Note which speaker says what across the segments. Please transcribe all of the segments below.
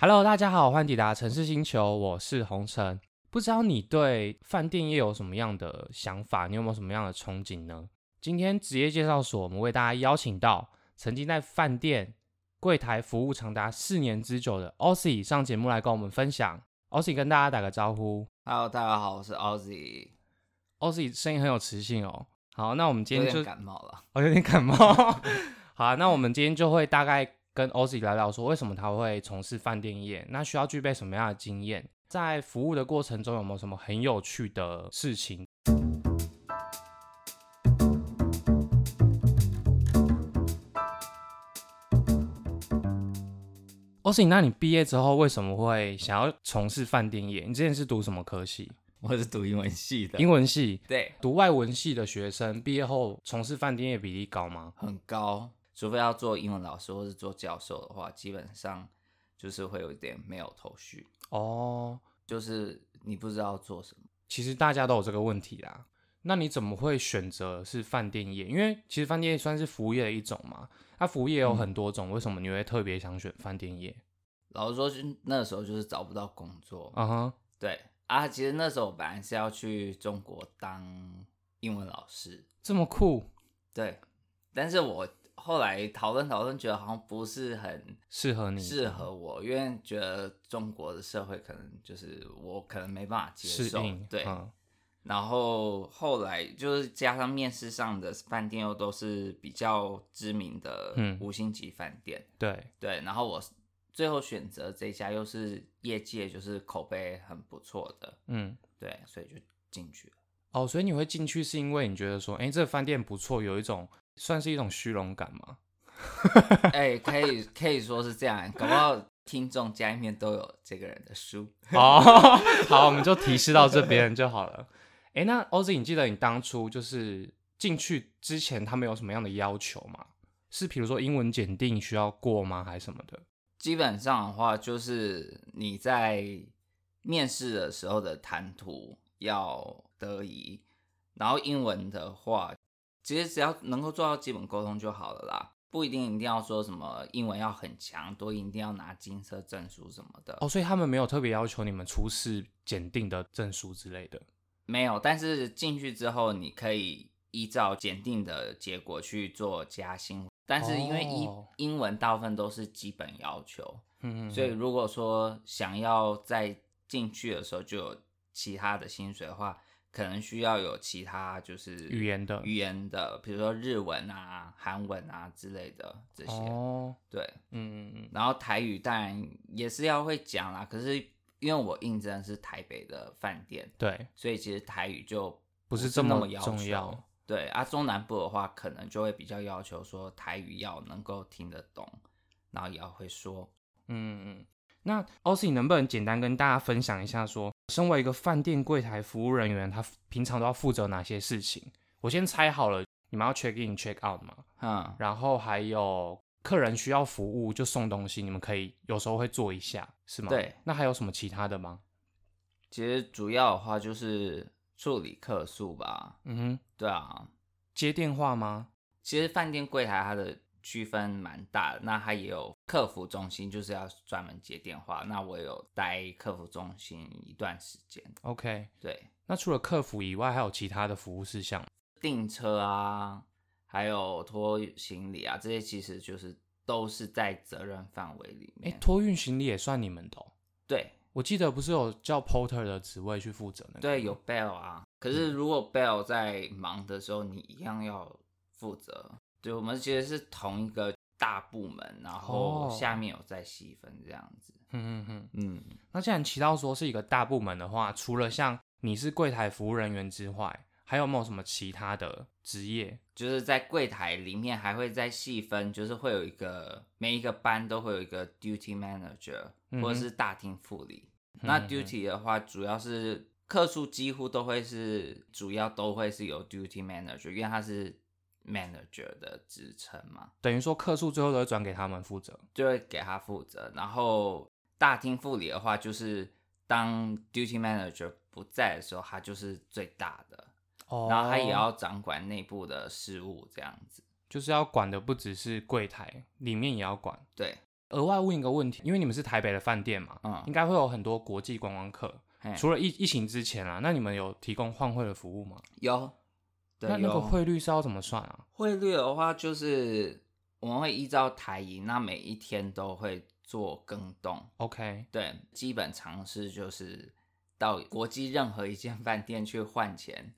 Speaker 1: Hello，大家好，欢迎抵达城市星球，我是红尘。不知道你对饭店业有什么样的想法？你有没有什么样的憧憬呢？今天职业介绍所，我们为大家邀请到曾经在饭店柜台服务长达四年之久的 Ossie 上节目来跟我们分享。Ossie 跟大家打个招呼
Speaker 2: Hello，大家好，我是 Ozzy，
Speaker 1: ，Ossie 声音很有磁性哦。好，那我们今
Speaker 2: 有
Speaker 1: 天
Speaker 2: 点
Speaker 1: 就
Speaker 2: 感冒了。
Speaker 1: 我、有点感冒。 好、啊，那我们今天就会大概跟 Ozzy 聊聊说，为什么他会从事饭店业，那需要具备什么样的经验，在服务的过程中有没有什么很有趣的事情？Ozzy，那你毕业之后为什么会想要从事饭店业？你之前是读什么科系？
Speaker 2: 我是读英文系的，
Speaker 1: 英文系。
Speaker 2: 对
Speaker 1: 读外文系的学生毕业后从事饭店业比例高吗？
Speaker 2: 很高，除非要做英文老师或是做教授的话，基本上就是会有一点没有头绪，
Speaker 1: 哦，
Speaker 2: 就是你不知道做什么。
Speaker 1: 其实大家都有这个问题啦。那你怎么会选择是饭店业？因为其实饭店业算是服务业的一种嘛。那服务业有
Speaker 2: 嗯
Speaker 1: 很多种，为什么你会特别想选饭店业？
Speaker 2: 老实说，是那时候就是找不到工作。
Speaker 1: 啊哈，
Speaker 2: 对啊，其实那时候我本来是要去中国当英文老师，
Speaker 1: 这么酷，
Speaker 2: 对，但是我后来讨论讨论，觉得好像不是很
Speaker 1: 适合你，
Speaker 2: 适合我，因为觉得中国的社会可能就是我可能没办法接
Speaker 1: 适
Speaker 2: 受
Speaker 1: 应，，
Speaker 2: 对。
Speaker 1: 嗯
Speaker 2: 然后后来就是加上面试上的饭店又都是比较知名的
Speaker 1: 嗯
Speaker 2: 五星级饭店，
Speaker 1: 对，
Speaker 2: 对。然后我最后选择这家又是业界就是口碑很不错的，
Speaker 1: 嗯，
Speaker 2: 对，所以就进去了。
Speaker 1: 哦，所以你会进去是因为你觉得说，哎、这个饭店不错，有一种算是一种虚荣感嘛？
Speaker 2: 哎、可以可以说是这样，搞不好听众家里面都有这个人的书。
Speaker 1: 哦，好，我们就提示到这边就好 了。哎、那 Oz，你记得你当初就是进去之前，他们有什么样的要求吗？是比如说英文检定需要过吗，还是什么的？
Speaker 2: 基本上的话，就是你在面试的时候的谈吐要得宜，然后英文的话，其实只要能够做到基本沟通就好了啦，不一定一定要说什么英文要很强，多一定要拿金色证书什么的，
Speaker 1: 哦，所以他们没有特别要求你们出示检定的证书之类的。
Speaker 2: 没有。但是进去之后，你可以依照检定的结果去做加薪，但是因为英、
Speaker 1: 哦
Speaker 2: 英文大部分都是基本要求，
Speaker 1: 嗯，
Speaker 2: 所以如果说想要再进去的时候就有其他的薪水的话，可能需要有其他就是
Speaker 1: 语言的
Speaker 2: 语言的，比如说日文啊、韩文啊之类的这些。
Speaker 1: 哦，
Speaker 2: 对，
Speaker 1: 嗯嗯
Speaker 2: 然后台语当然也是要会讲啦，可是因为我应征是台北的饭店，
Speaker 1: 对，
Speaker 2: 所以其实台语就
Speaker 1: 不是
Speaker 2: 是
Speaker 1: 这
Speaker 2: 那
Speaker 1: 么
Speaker 2: 么要
Speaker 1: 重
Speaker 2: 求
Speaker 1: 要。
Speaker 2: 对啊，中南部的话可能就会比较要求说台语要能够听得懂，然后也要会说。
Speaker 1: 嗯嗯，那 OC 能不能简单跟大家分享一下说，身为一个饭店柜台服务人员，他平常都要负责哪些事情？我先猜好了，你们要 check in check out 嘛，
Speaker 2: 嗯，
Speaker 1: 然后还有客人需要服务就送东西，你们可以有时候会做一下，是吗？
Speaker 2: 对。
Speaker 1: 那还有什么其他的吗？
Speaker 2: 其实主要的话就是处理客诉吧。
Speaker 1: 嗯哼，
Speaker 2: 对啊，
Speaker 1: 接电话吗？
Speaker 2: 其实饭店柜台它的区分蛮大的，那它也有客服中心，就是要专门接电话。那我有待客服中心一段时间，
Speaker 1: OK，
Speaker 2: 对，
Speaker 1: 那除了客服以外，还有其他的服务事项吗？
Speaker 2: 订车啊，还有拖行李啊，这些其实就是都是在责任范围里
Speaker 1: 哎、
Speaker 2: 面。
Speaker 1: 托运行李也算你们的哦、
Speaker 2: 对
Speaker 1: 我记得不是有叫 porter 的职位去负责那个？
Speaker 2: 对，有 bell 啊，可
Speaker 1: 嗯
Speaker 2: 是如果 bell 在忙的时候，你一样要负责。对，我们其实是同一个大部门，然后
Speaker 1: 哦
Speaker 2: 下面有再细分这样子。
Speaker 1: 嗯嗯嗯。
Speaker 2: 嗯，
Speaker 1: 那既然提到说是一个大部门的话，除了像你是柜台服务人员之外，还有没有什么其他的职业？
Speaker 2: 就是在柜台里面还会再细分，就是会有一个每一个班都会有一个 duty manager
Speaker 1: 嗯哼嗯
Speaker 2: 或者是大厅副理。那 duty 的话，主要是客数几乎都会是主要都会是由 duty manager，因为他是 manager 的职称嘛，
Speaker 1: 等于说客诉最后都会转给他们负责。
Speaker 2: 就会给他负责。然后大厅副理的话，就是当 duty manager 不在的时候，他就是最大的，
Speaker 1: 哦
Speaker 2: 然后他也要掌管内部的事务这样子。
Speaker 1: 就是要管的不只是柜台，里面也要管。
Speaker 2: 对，
Speaker 1: 额外问一个问题，因为你们是台北的饭店嘛，
Speaker 2: 嗯
Speaker 1: 应该会有很多国际观光客。
Speaker 2: 嘿
Speaker 1: 除了疫疫情之前啊，那你们有提供换汇的服务吗？
Speaker 2: 有，对，
Speaker 1: 那那个
Speaker 2: 有
Speaker 1: 汇率是要怎么算啊？
Speaker 2: 汇率的话，就是我们会依照台银，那每一天都会做更动。
Speaker 1: OK，
Speaker 2: 对，基本常识就是到国际任何一间饭店去换钱，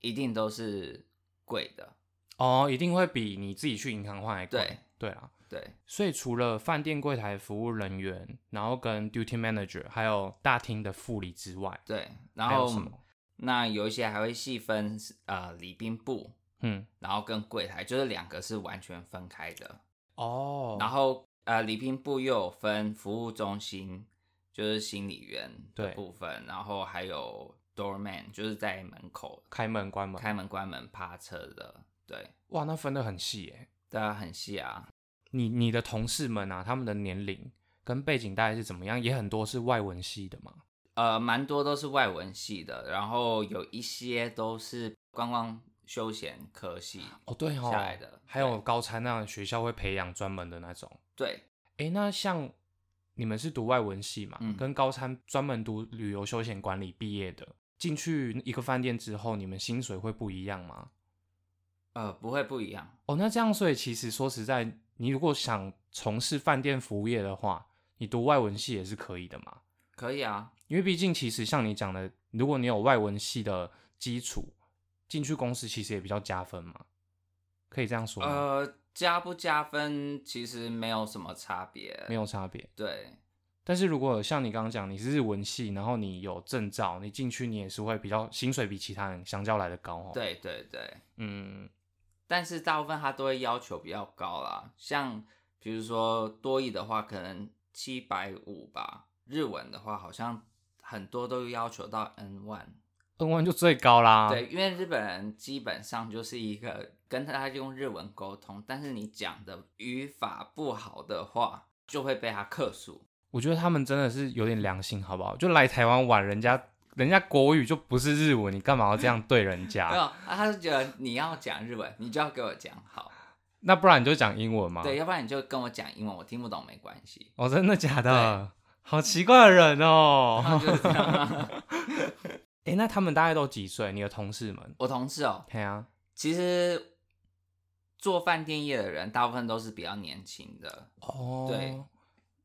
Speaker 2: 一定都是贵的。
Speaker 1: 哦，一定会比你自己去银行换还贵。对
Speaker 2: 对
Speaker 1: 啊，
Speaker 2: 对，
Speaker 1: 所以除了饭店柜台服务人员，然后跟 duty manager，还有大厅的副理之外，
Speaker 2: 对，然
Speaker 1: 还有
Speaker 2: 后
Speaker 1: 什么？
Speaker 2: 那有一些还会细分呃礼宾部，
Speaker 1: 嗯，
Speaker 2: 然后跟柜台，就是两个是完全分开的。
Speaker 1: 哦，
Speaker 2: 然后呃礼宾部又有分服务中心，就是行李员的
Speaker 1: 对
Speaker 2: 部分，然后还有 doorman，就是在门口
Speaker 1: 开门关门，
Speaker 2: 开门关门趴车的。对，
Speaker 1: 哇，那分的很细耶。
Speaker 2: 大家很细啊。
Speaker 1: 你你的同事们啊，他们的年龄跟背景大概是怎么样？也很多是外文系的嘛。
Speaker 2: 呃，蛮多都是外文系的，然后有一些都是观光休闲科系。
Speaker 1: 哦，对哦，
Speaker 2: 下来的
Speaker 1: 还有高参那样的学校会培养专门的那种。
Speaker 2: 对，
Speaker 1: 诶，那像你们是读外文系嘛，
Speaker 2: 嗯
Speaker 1: 跟高参专门读旅游休闲管理毕业的，进去一个饭店之后，你们薪水会不一样吗？
Speaker 2: 呃，不会不一样。
Speaker 1: 哦，那这样，所以其实说实在，你如果想从事饭店服务业的话，你读外文系也是可以的嘛。
Speaker 2: 可以啊，
Speaker 1: 因为毕竟其实像你讲的，如果你有外文系的基础，进去公司其实也比较加分嘛，可以这样说吗？
Speaker 2: 呃，加不加分其实没有什么差别。
Speaker 1: 没有差别。
Speaker 2: 对，
Speaker 1: 但是如果像你刚刚讲，你是日文系，然后你有证照，你进去你也是会比较薪水比其他人相较来的高哦。，
Speaker 2: 对对对，
Speaker 1: 嗯，
Speaker 2: 但是大部分他都会要求比较高啦，像比如说多译的话，可能七百五吧。日文的话，好像很多都要求到 N one。
Speaker 1: 二万就最高啦。
Speaker 2: 对，，因为日本人基本上就是一个跟他用日文沟通，但是你讲的语法不好的话，就会被他克数。
Speaker 1: 我觉得他们真的是有点良心，好不好？就来台湾玩，人家人家国语就不是日文，你干嘛要这样对人
Speaker 2: 没有
Speaker 1: 家？
Speaker 2: 啊，他就觉得你要讲日文，你就要给我讲好，
Speaker 1: 那不然你就讲英文嘛。
Speaker 2: 对，，要不然你就跟我讲英文，我听不懂没关系。
Speaker 1: 哦，真的假的？好奇怪的人 哦。
Speaker 2: 然后就是这样啊
Speaker 1: 哎、那他们大概都几岁？你的同事们？
Speaker 2: 我同事哦，
Speaker 1: 对啊，
Speaker 2: 其实做饭店业的人大部分都是比较年轻的，
Speaker 1: 哦，
Speaker 2: 对，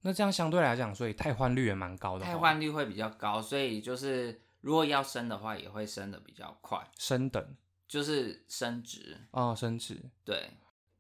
Speaker 1: 那这样相对来讲，所以汰换率也蛮高的、
Speaker 2: 汰，换率会比较高，所以就是如果要升的话，也会升的比较快，
Speaker 1: 升等
Speaker 2: 就是升职。
Speaker 1: 哦，升职。
Speaker 2: 对，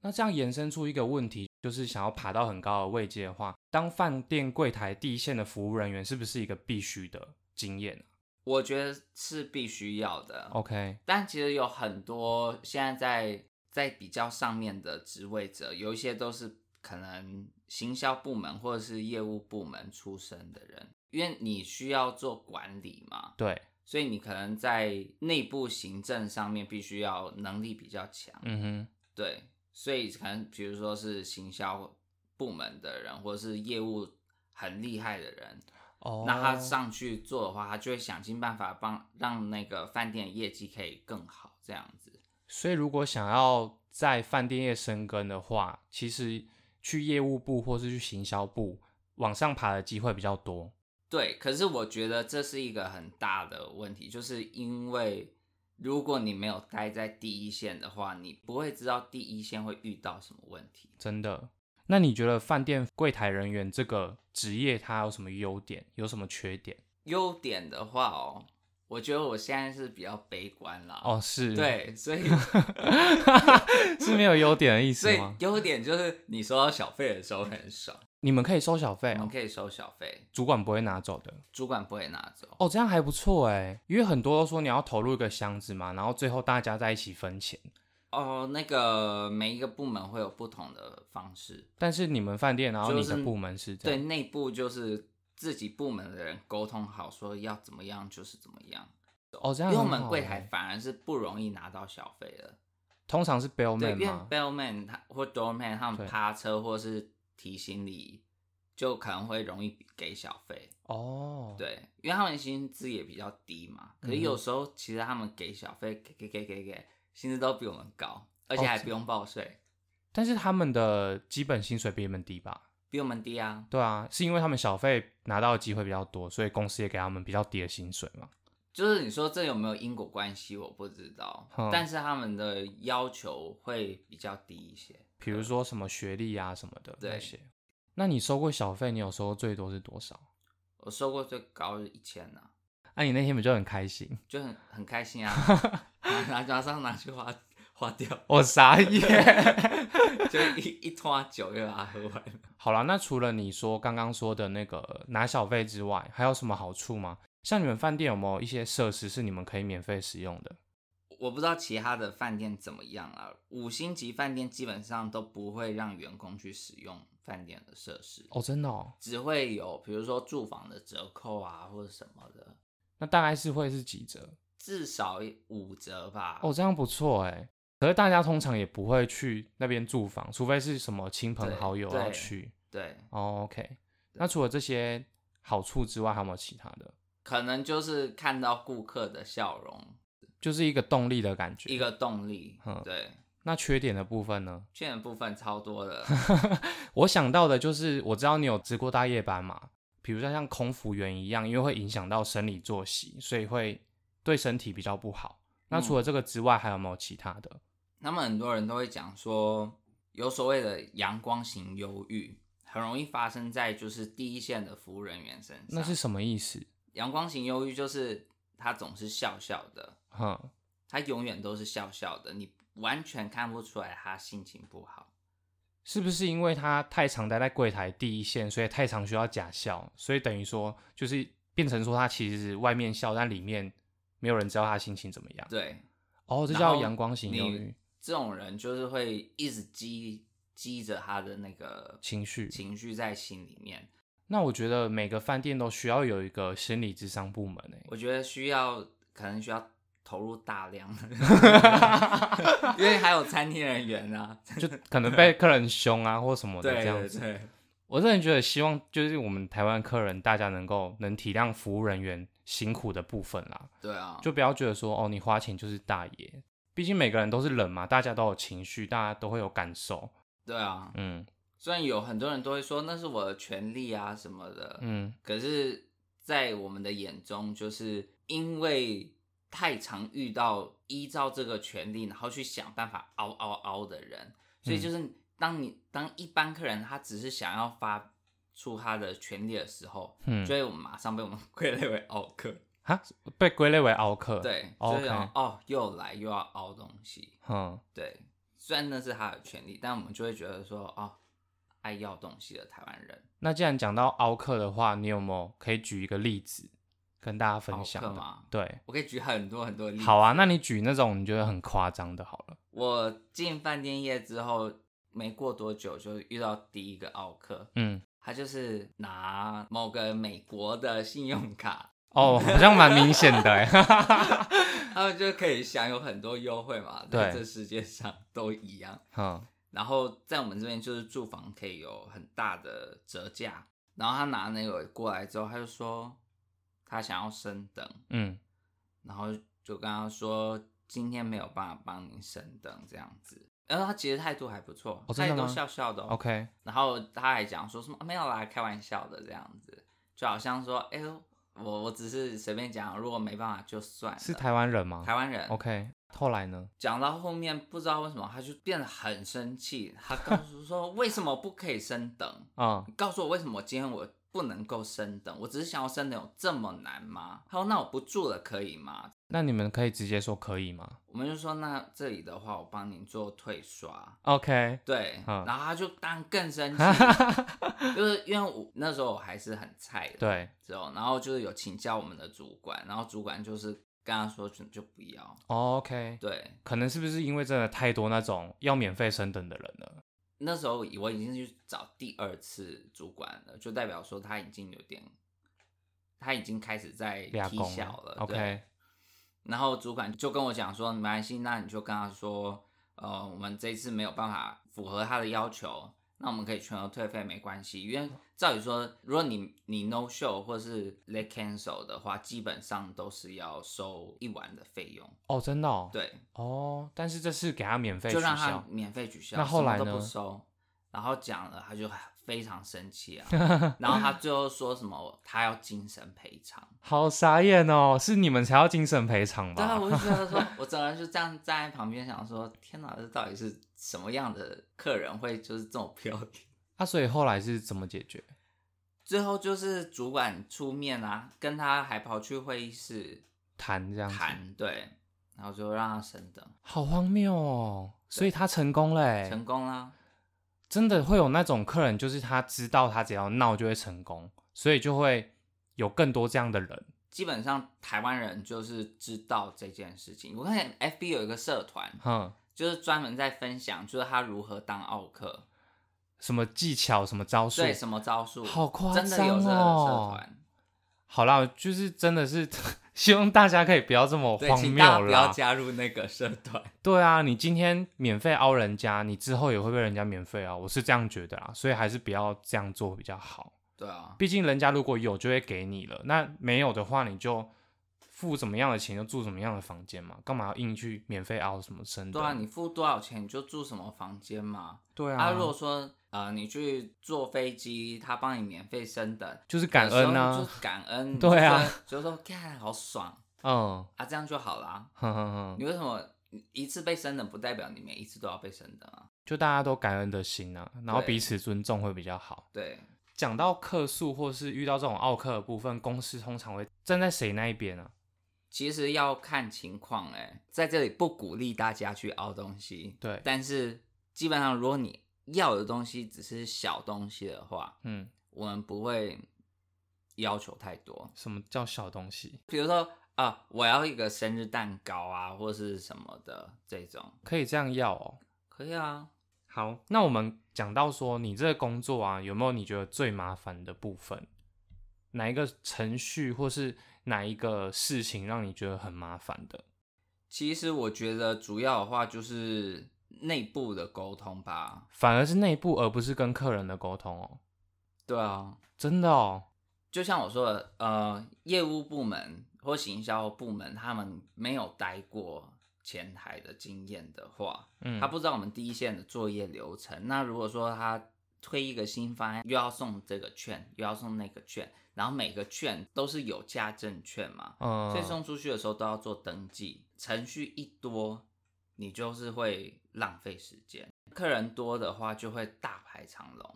Speaker 1: 那这样延伸出一个问题，就是想要爬到很高的位阶的话，当饭店柜台第一线的服务人员是不是一个必须的经验啊
Speaker 2: 我觉得是必须要的。
Speaker 1: ？OK，
Speaker 2: 但其实有很多现在在在比较上面的职位者，有一些都是可能行销部门或者是业务部门出身的人，因为你需要做管理嘛，
Speaker 1: 对，
Speaker 2: 所以你可能在内部行政上面必须要能力比较强。
Speaker 1: 嗯哼，
Speaker 2: 对，所以可能比如说是行销部门的人，或者是业务很厉害的人，
Speaker 1: 哦，
Speaker 2: 那他上去做的话，他就会想尽办法帮让那个饭店业绩可以更好，这样子。
Speaker 1: 所以如果想要在饭店业生根的话，其实去业务部或是去行销部往上爬的机会比较多。
Speaker 2: 对，可是我觉得这是一个很大的问题，就是因为如果你没有待在第一线的话，你不会知道第一线会遇到什么问题。
Speaker 1: 真的。那你觉得饭店柜台人员这个职业它有什么优点，有什么缺点？
Speaker 2: 优点的话哦，我觉得我现在是比较悲观啦。，
Speaker 1: 哦，是，，
Speaker 2: 对，所以
Speaker 1: 是没有优点的意
Speaker 2: 所
Speaker 1: 思
Speaker 2: 以
Speaker 1: 吗？
Speaker 2: 优点就是你收到小费的时候很爽，
Speaker 1: 你们可以收小费、
Speaker 2: 我们
Speaker 1: 哦，
Speaker 2: 可以收小费，
Speaker 1: 主管不会拿走的。
Speaker 2: 主管不会拿走。
Speaker 1: 哦，这样还不错哎，因为很多都说你要投入一个箱子嘛，然后最后大家在一起分钱。
Speaker 2: 哦，那个每一个部门会有不同的方式，
Speaker 1: 但是你们饭店，然后
Speaker 2: 就
Speaker 1: 你
Speaker 2: 是
Speaker 1: 的部门是这
Speaker 2: 对
Speaker 1: 样，
Speaker 2: 内部就是自己部门的人沟通好，说要怎么样就是怎么样。
Speaker 1: 哦，这样
Speaker 2: 因为我
Speaker 1: 很
Speaker 2: 们
Speaker 1: 好
Speaker 2: 柜
Speaker 1: 欸
Speaker 2: 台反而是不容易拿到小费的，
Speaker 1: 通常是 bill
Speaker 2: 对，
Speaker 1: man
Speaker 2: 因为
Speaker 1: 吗？
Speaker 2: bellman 他或 doorman 他
Speaker 1: 对
Speaker 2: 们趴车或是提行李，就可能会容易给小费。
Speaker 1: 哦，
Speaker 2: 对，因为他们薪资也比较低嘛，可
Speaker 1: 嗯
Speaker 2: 是有时候其实他们给小费给给给给给，薪资都比我
Speaker 1: 哦
Speaker 2: 们高，而且还不用报税。
Speaker 1: 但是他们的基本薪水比你们低吧？
Speaker 2: 比我们低啊。
Speaker 1: 对啊，是因为他们小费拿到的机会比较多，所以公司也给他们比较低的薪水嘛。
Speaker 2: 就是你说这有没有因果关系，我不知道，
Speaker 1: 嗯
Speaker 2: 但是他们的要求会比较低一些。
Speaker 1: 比如说什么学历啊什么的
Speaker 2: 对
Speaker 1: 那些。那你收过小费，你有收过最多是多少？
Speaker 2: 我收过最高是一千呢，
Speaker 1: 那、你那天不就很开心？
Speaker 2: 就很很 开心啊，拿马上拿去花花掉，
Speaker 1: 我 傻眼。
Speaker 2: 就一一拖酒就把它喝完。
Speaker 1: 好了，那除了你说刚刚说的那个拿小费之外，还有什么好处吗？像你们饭店有没有一些设施是你们可以免费使用的？
Speaker 2: 我不知道其他的饭店怎么样啦，五星级饭店基本上都不会让员工去使用饭店的设施，
Speaker 1: 哦，真的哦。
Speaker 2: 只会有比如说住房的折扣啊或者什么的，
Speaker 1: 那大概是会是几折？
Speaker 2: 至少五折吧。
Speaker 1: 哦，这样不错哎。可是大家通常也不会去那边住房，除非是什么亲朋
Speaker 2: 对
Speaker 1: 好友
Speaker 2: 对
Speaker 1: 要去。
Speaker 2: 对，
Speaker 1: 哦，OK。那除了这些好处之外，还有没有其他的？
Speaker 2: 可能就是看到顾客的笑容，
Speaker 1: 就是一个动力的感觉。
Speaker 2: 一个动力
Speaker 1: 嗯。
Speaker 2: 对，
Speaker 1: 那缺点的部分呢？
Speaker 2: 缺点部分超多的，
Speaker 1: 我想到的就是，我知道你有值过大夜班嘛，比如说像空服员一样，因为会影响到生理作息，所以会对身体比较不好。那
Speaker 2: 嗯
Speaker 1: 除了这个之外，还有没有其他的？
Speaker 2: 他们很多人都会讲说，有所谓的阳光型忧郁，很容易发生在就是第一线的服务人员身上。
Speaker 1: 那是什么意思？
Speaker 2: 阳光型忧郁，就是他总是笑笑的，
Speaker 1: 哼，
Speaker 2: 他永远都是笑笑的，你完全看不出来他心情不好。
Speaker 1: 是不是因为他太常待在柜台第一线，所以太常需要假笑，所以等于说就是变成说他其实外面笑，但里面没有人知道他心情怎么样。
Speaker 2: 对，
Speaker 1: 哦，这
Speaker 2: 然
Speaker 1: 叫
Speaker 2: 后
Speaker 1: 阳光型忧
Speaker 2: 你
Speaker 1: 郁
Speaker 2: 这种人就是会一直积积着他的那个
Speaker 1: 情绪。
Speaker 2: 情绪在心里面。
Speaker 1: 那我觉得每个饭店都需要有一个心理智商部门欸诶、
Speaker 2: 我觉得需要，可能需要投入大量的， 因为还有餐厅人员啊。
Speaker 1: 就可能被客人凶啊或什么的
Speaker 2: 对
Speaker 1: 这样
Speaker 2: 对
Speaker 1: 子。
Speaker 2: 对，
Speaker 1: 我真的觉得希望就是我们台湾客人大家能够能体谅服务人员辛苦的部分啦，
Speaker 2: 对啊，
Speaker 1: 就不要觉得说哦你花钱就是大爷，毕竟每个人都是人嘛，大家都有情绪，大家都会有感受。
Speaker 2: 对啊。
Speaker 1: 嗯
Speaker 2: 虽然有很多人都会说那是我的权利啊什么的，
Speaker 1: 嗯，
Speaker 2: 可是，在我们的眼中，就是因为太常遇到依照这个权利，然后去想办法凹凹凹的人，所
Speaker 1: 嗯
Speaker 2: 以就是当你当一般客人他只是想要发出他的权利的时候，
Speaker 1: 嗯
Speaker 2: 所以我们马上被我们 归类为凹客，
Speaker 1: 哈被归类为熬客。，
Speaker 2: 对，就
Speaker 1: 呃 OK
Speaker 2: 是哦又来又要凹东西，
Speaker 1: 嗯，
Speaker 2: 对，虽然那是他的权利，但我们就会觉得说哦爱要东西的台湾人，
Speaker 1: 那既然讲到熬客的话，你有没有可以举一个例子跟大家
Speaker 2: 凹
Speaker 1: 分享
Speaker 2: 客
Speaker 1: 的？
Speaker 2: 嘛，
Speaker 1: 对，
Speaker 2: 我可以举很多很多例子，
Speaker 1: 好啊，那你举那种你觉得很夸张的好了。
Speaker 2: 我进饭店业之后，没过多久就遇到第一个奥客，
Speaker 1: 嗯，
Speaker 2: 他就是拿某个美国的信用卡，
Speaker 1: 哦， 好像蛮明显的哎、
Speaker 2: 他们就可以享有很多优惠嘛，
Speaker 1: 对
Speaker 2: 在这世界上都一样。
Speaker 1: 嗯，
Speaker 2: 然后在我们这边就是住房可以有很大的折价，然后他拿那个过来之后，他就说他想要升等，
Speaker 1: 嗯，
Speaker 2: 然后就跟他说今天没有办法帮您升等这样子。然后他其实态度还不错，
Speaker 1: 哦真
Speaker 2: 态
Speaker 1: 的吗
Speaker 2: 度笑笑的、哦
Speaker 1: OK，
Speaker 2: 然后他还讲说什么、啊没有啦，开玩笑的这样子，就好像说，哎、呦，我我只是随便讲，如果没办法就算了。
Speaker 1: 是台湾人吗？哦
Speaker 2: 台湾人
Speaker 1: OK，后来呢？
Speaker 2: 讲到后面不知道为什么他就变得很生气，他告诉说为什么不可以升等？
Speaker 1: 嗯，
Speaker 2: 你告诉我为什么今天我不能够升等？我只是想要升等，有这么难吗？他说那我不住了可以吗？
Speaker 1: 那你们可以直接说可以吗
Speaker 2: 我们就说那这里的话我帮您做退刷，
Speaker 1: ？OK，
Speaker 2: 对，
Speaker 1: 嗯
Speaker 2: 然后他就当然 更生气，就是因为我那时候我还是很菜的，
Speaker 1: 对，
Speaker 2: 之后，然后就是有请教我们的主管，然后主管就是跟他说就就不要，
Speaker 1: 哦 OK，
Speaker 2: 对，
Speaker 1: 可能是不是因为真的太多那种要免费升等的人了？
Speaker 2: 那时候我已经去找第二次主管了，就代表说他已经有点，他已经开始在
Speaker 1: 俩
Speaker 2: 踢
Speaker 1: 工
Speaker 2: 笑了对。
Speaker 1: OK，
Speaker 2: 然后主管就跟我讲说，没关系，那你就跟他说，呃，我们这一次没有办法符合他的要求，那我们可以全额退费，没关系。因为照理说，如果你你 no show 或是 late cancel 的话，基本上都是要收一晚的费用。
Speaker 1: 哦，真的哦，
Speaker 2: 对，
Speaker 1: 哦，但是这次给他免费取
Speaker 2: 就让他
Speaker 1: 消，
Speaker 2: 免费取消，
Speaker 1: 那后来
Speaker 2: 什
Speaker 1: 呢
Speaker 2: 么都不收，然后讲了，他就非常生气 啊，然后他最后说什么他要精神赔偿，
Speaker 1: 好傻眼哦，是你们才要精神赔偿
Speaker 2: 对啊，
Speaker 1: 吧？
Speaker 2: 我就觉得说， 我整个人就这样站在旁边想说，天哪，这到底是什么样的客人会就是这种标题？
Speaker 1: 啊，所以后来是怎么解决？
Speaker 2: 最后就是主管出面啊，跟他还跑去会议室
Speaker 1: 谈这样子，
Speaker 2: 谈，对，然后就让他升等，
Speaker 1: 好荒谬哦。所以他成功了欸，
Speaker 2: 成功啦。
Speaker 1: 真的会有那种客人，就是他知道他只要闹就会成功，所以就会有更多这样的人。
Speaker 2: 基本上台湾人就是知道这件事情。我看见 FB 有一个社团，
Speaker 1: 哼，
Speaker 2: 就是专门在分享，就是他如何当奥克，
Speaker 1: 什么技巧，什么招数
Speaker 2: 对，什么招数，
Speaker 1: 好夸张哦
Speaker 2: 真的有这个社团。
Speaker 1: 好啦，就是真的是 希望大家可以不要这么
Speaker 2: 对，
Speaker 1: 荒
Speaker 2: 请
Speaker 1: 谬
Speaker 2: 大家不要
Speaker 1: 啦。
Speaker 2: 加入那个社 团。
Speaker 1: 对啊，你今天免费凹人家，你之后也会被人家免费啊，我是这样觉得啦，所以还是不要这样做比较好。
Speaker 2: 对啊，
Speaker 1: 毕竟人家如果有就会给你了，那没有的话你就付怎么样的钱就住怎么样的房间嘛，干嘛要硬去免费凹什么深的？
Speaker 2: 对啊，你付多少钱你就住什么房间嘛。
Speaker 1: 对啊，
Speaker 2: 啊，如果说呃你去坐飞机，他帮你免费升等，
Speaker 1: 就是感恩
Speaker 2: 有时候你
Speaker 1: 啊，
Speaker 2: 就感 恩。
Speaker 1: 对啊
Speaker 2: 你就觉得，就说看好爽
Speaker 1: 嗯，
Speaker 2: 啊，这样就好啦。
Speaker 1: 哼哼哼，
Speaker 2: 你为什么一次被升等，不代表你每一次都要被升等啊？
Speaker 1: 就大家都感恩的心啊，然后
Speaker 2: 对
Speaker 1: 彼此尊重会比较好。
Speaker 2: 对，
Speaker 1: 讲到客诉或是遇到这种奥客的部分，公司通常会站在谁那一边啊？
Speaker 2: 其实要看情况哎、在这里不鼓励大家去凹东西，
Speaker 1: 对，
Speaker 2: 但是基本上如果你要的东西只是小东西的话，
Speaker 1: 嗯，
Speaker 2: 我们不会要求太多。
Speaker 1: 什么叫小东西？
Speaker 2: 比如说啊、我要一个生日蛋糕啊，或是什么的这种，
Speaker 1: 可以这样要哦。
Speaker 2: 可以啊。
Speaker 1: 好，那我们讲到说你这个工作啊，有没有你觉得最麻烦的部分？哪一个程序或是哪一个事情让你觉得很麻烦的？
Speaker 2: 其实我觉得主要的话就是内部的沟通吧。
Speaker 1: 反而是内部，而不是跟客人的沟通哦。
Speaker 2: 对啊，
Speaker 1: 真的哦，
Speaker 2: 就像我说的，呃，业务部门或行销部门，他们没有待过前台的经验的话，
Speaker 1: 嗯，
Speaker 2: 他不知道我们第一线的作业流程。那如果说他推一个新方案，又要送这个券，又要送那个券，然后每个券都是有价证券嘛，
Speaker 1: 嗯，
Speaker 2: 所以送出去的时候都要做登记，程序一多，你就是会浪费时间。客人多的话，就会大排长龙。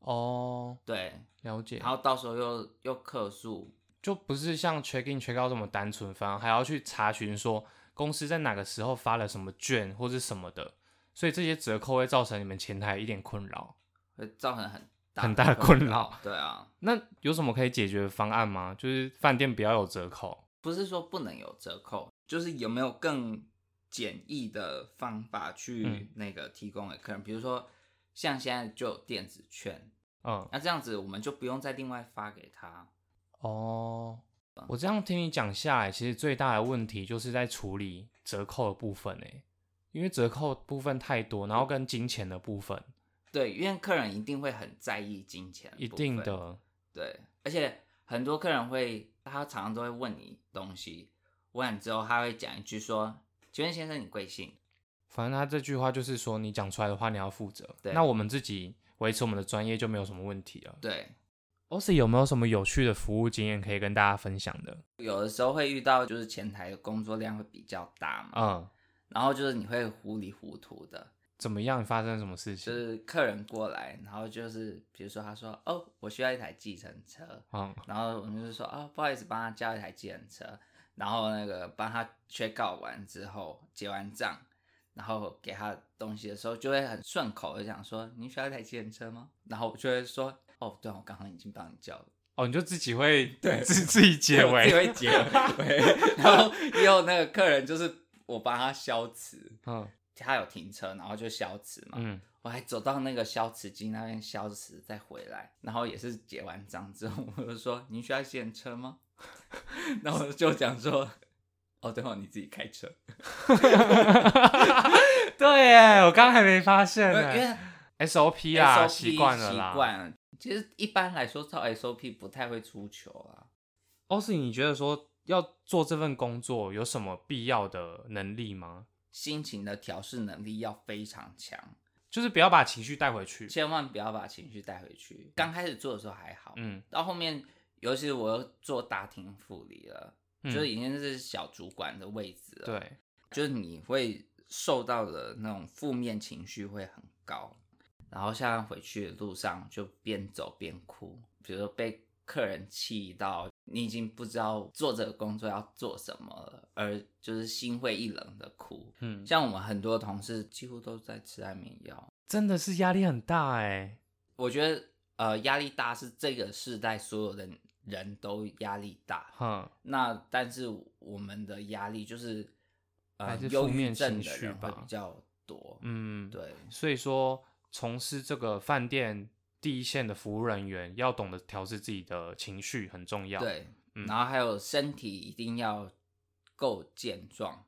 Speaker 1: 哦，
Speaker 2: 对，
Speaker 1: 了解
Speaker 2: 然。后到时候又又客诉，
Speaker 1: 就不是像 check in check out 这么单纯，反而还要去查询说公司在哪个时候发了什么券或是什么的，所以这些折扣会造成你们前台一点困扰。
Speaker 2: 会造成很大
Speaker 1: 很大的困扰。
Speaker 2: 对啊，
Speaker 1: 那有什么可以解决的方案吗？就是饭店不要有折扣。
Speaker 2: 不是说不能有折扣，就是有没有更简易的方法去
Speaker 1: 嗯
Speaker 2: 那个提供给客人，比如说像现在就有电子券，
Speaker 1: 嗯，
Speaker 2: 那这样子我们就不用再另外发给他。
Speaker 1: 哦，我这样听你讲下来，其实最大的问题就是在处理折扣的部分诶，因为折扣部分太多，然后跟金钱的部分，
Speaker 2: 对，因为客人一定会很在意金钱，
Speaker 1: 一定。的，
Speaker 2: 对，而且很多客人会，他常常都会问你东西，问完之后他会讲一句说：“请问先生，你贵姓？”
Speaker 1: 反正他这句话就是说，你讲出来的话你要负责。
Speaker 2: 对
Speaker 1: 那我们自己维持我们的专业就没有什么问题了。
Speaker 2: 对，
Speaker 1: OS 有没有什么有趣的服务经验可以跟大家分享的？
Speaker 2: 有的时候会遇到，就是前台的工作量会比较大嘛，
Speaker 1: 嗯，
Speaker 2: 然后就是你会糊里糊涂的，
Speaker 1: 怎么样？发生什么事
Speaker 2: 就
Speaker 1: 情？
Speaker 2: 是客人过来，然后就是比如说他说哦，我需要一台计程车，
Speaker 1: 嗯，
Speaker 2: 然后我们就说哦，不好意思，帮他叫一台计程车，然后那个帮他 check out 完之后结完账，然后给他东西的时候就会很顺口的讲说您需要一台计程车吗？然后我就会说哦，对，我刚刚已经帮你叫了。
Speaker 1: 哦，你就自己 会自自己结
Speaker 2: 我自己
Speaker 1: 尾。
Speaker 2: 会结尾，然后也有那个客人就是我帮他消磁，
Speaker 1: 嗯
Speaker 2: 他有停车，然后就消磁嘛，
Speaker 1: 嗯，
Speaker 2: 我还走到那个消磁机那边消磁再回来，然后也是结完账之后，我就说您需要现车吗？ 然后我就讲说，哦，等会你自己开车，
Speaker 1: 对耶，我刚刚还没发现
Speaker 2: 因为
Speaker 1: 呢。
Speaker 2: 因为
Speaker 1: SOP 啦，
Speaker 2: SOP
Speaker 1: 哎习惯了
Speaker 2: 习
Speaker 1: 啦。
Speaker 2: 惯了。其实一般来说，照 SOP 不太会出糗啊。
Speaker 1: OS，你觉得说要做这份工作有什么必要的能力吗？
Speaker 2: 心情的调试能力要非常强，
Speaker 1: 就是不要把情绪带回去。
Speaker 2: 千万不要把情绪带回去。刚开始做的时候还好，
Speaker 1: 嗯
Speaker 2: 到后面，尤其是我又做大厅副理了，
Speaker 1: 嗯
Speaker 2: 就是已经是小主管的位置了，，
Speaker 1: 对，
Speaker 2: 就是你会受到的那种负面情绪会很高，然后下班回去的路上就边走边哭，比如说被客人气到，你已经不知道做这个工作要做什么了，而就是心灰意冷的哭。
Speaker 1: 嗯，
Speaker 2: 像我们很多同事几乎都在吃安眠药，
Speaker 1: 真的是压力很大哎、
Speaker 2: 我觉得呃压力大是这个世代所有的人都压力大，
Speaker 1: 哼，
Speaker 2: 那但是我们的压力就是呃
Speaker 1: 还是
Speaker 2: 忧
Speaker 1: 负面
Speaker 2: 郁症
Speaker 1: 情
Speaker 2: 的
Speaker 1: 绪
Speaker 2: 人会
Speaker 1: 吧
Speaker 2: 比较多，
Speaker 1: 嗯，
Speaker 2: 对，
Speaker 1: 所以说从事这个饭店第一线的服务人员，要懂得调制自己的情绪很重要。，
Speaker 2: 对，
Speaker 1: 嗯
Speaker 2: 然后还有身体一定要够健壮，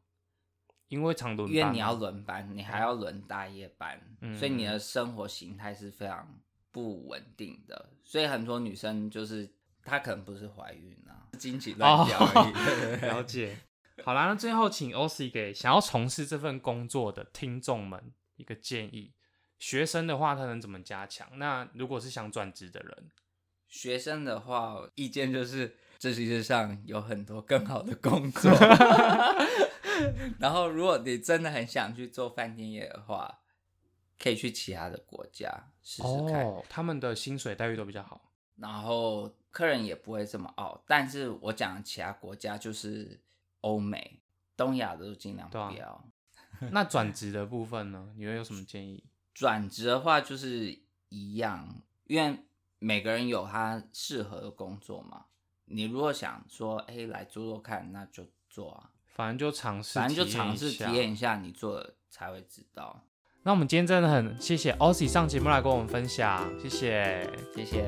Speaker 1: 因为常轮班
Speaker 2: 因为
Speaker 1: 嘛，
Speaker 2: 你要轮班，你还要轮大夜班，
Speaker 1: 嗯
Speaker 2: 所以你的生活形态是非常不稳定的。所以很多女生就是她可能不是怀孕啊， 经期乱掉而已。对对对
Speaker 1: 哦 了解。好啦，那最后请 OC 给想要从事这份工作的听众们一个建议。学生的话，他能怎么加强？那如果是想转职的人，
Speaker 2: 学生的话，意见就是这世界上有很多更好的 工作。然后，如果你真的很想去做饭店业的话，可以去其他的国家试试看。
Speaker 1: 哦，他们的薪水待遇都比较好。
Speaker 2: 然后客人也不会这么傲。但是我讲的其他国家就是欧美、东亚的都尽量不
Speaker 1: 对啊
Speaker 2: 要。
Speaker 1: 那转职的部分呢？你会有什么建议？
Speaker 2: 转职的话就是一样，因为每个人有他适合的工作嘛。你如果想说，哎、来做做看，那就做啊，
Speaker 1: 反正就尝试，
Speaker 2: 反正就尝试体
Speaker 1: 体
Speaker 2: 验一下，你做了才会知道。
Speaker 1: 那我们今天真的很谢谢 OC 上节目来跟我们分享，谢谢。
Speaker 2: 谢谢。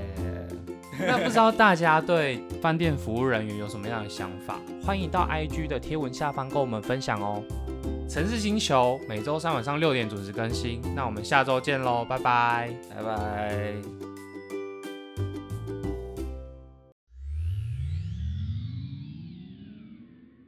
Speaker 1: 那不知道大家对饭店服务人员有什么样的想法？欢迎到 IG 的贴文下方跟我们分享哦。城市星球每周三晚上六点准时更新，那我们下周见喽，拜拜。
Speaker 2: 拜拜。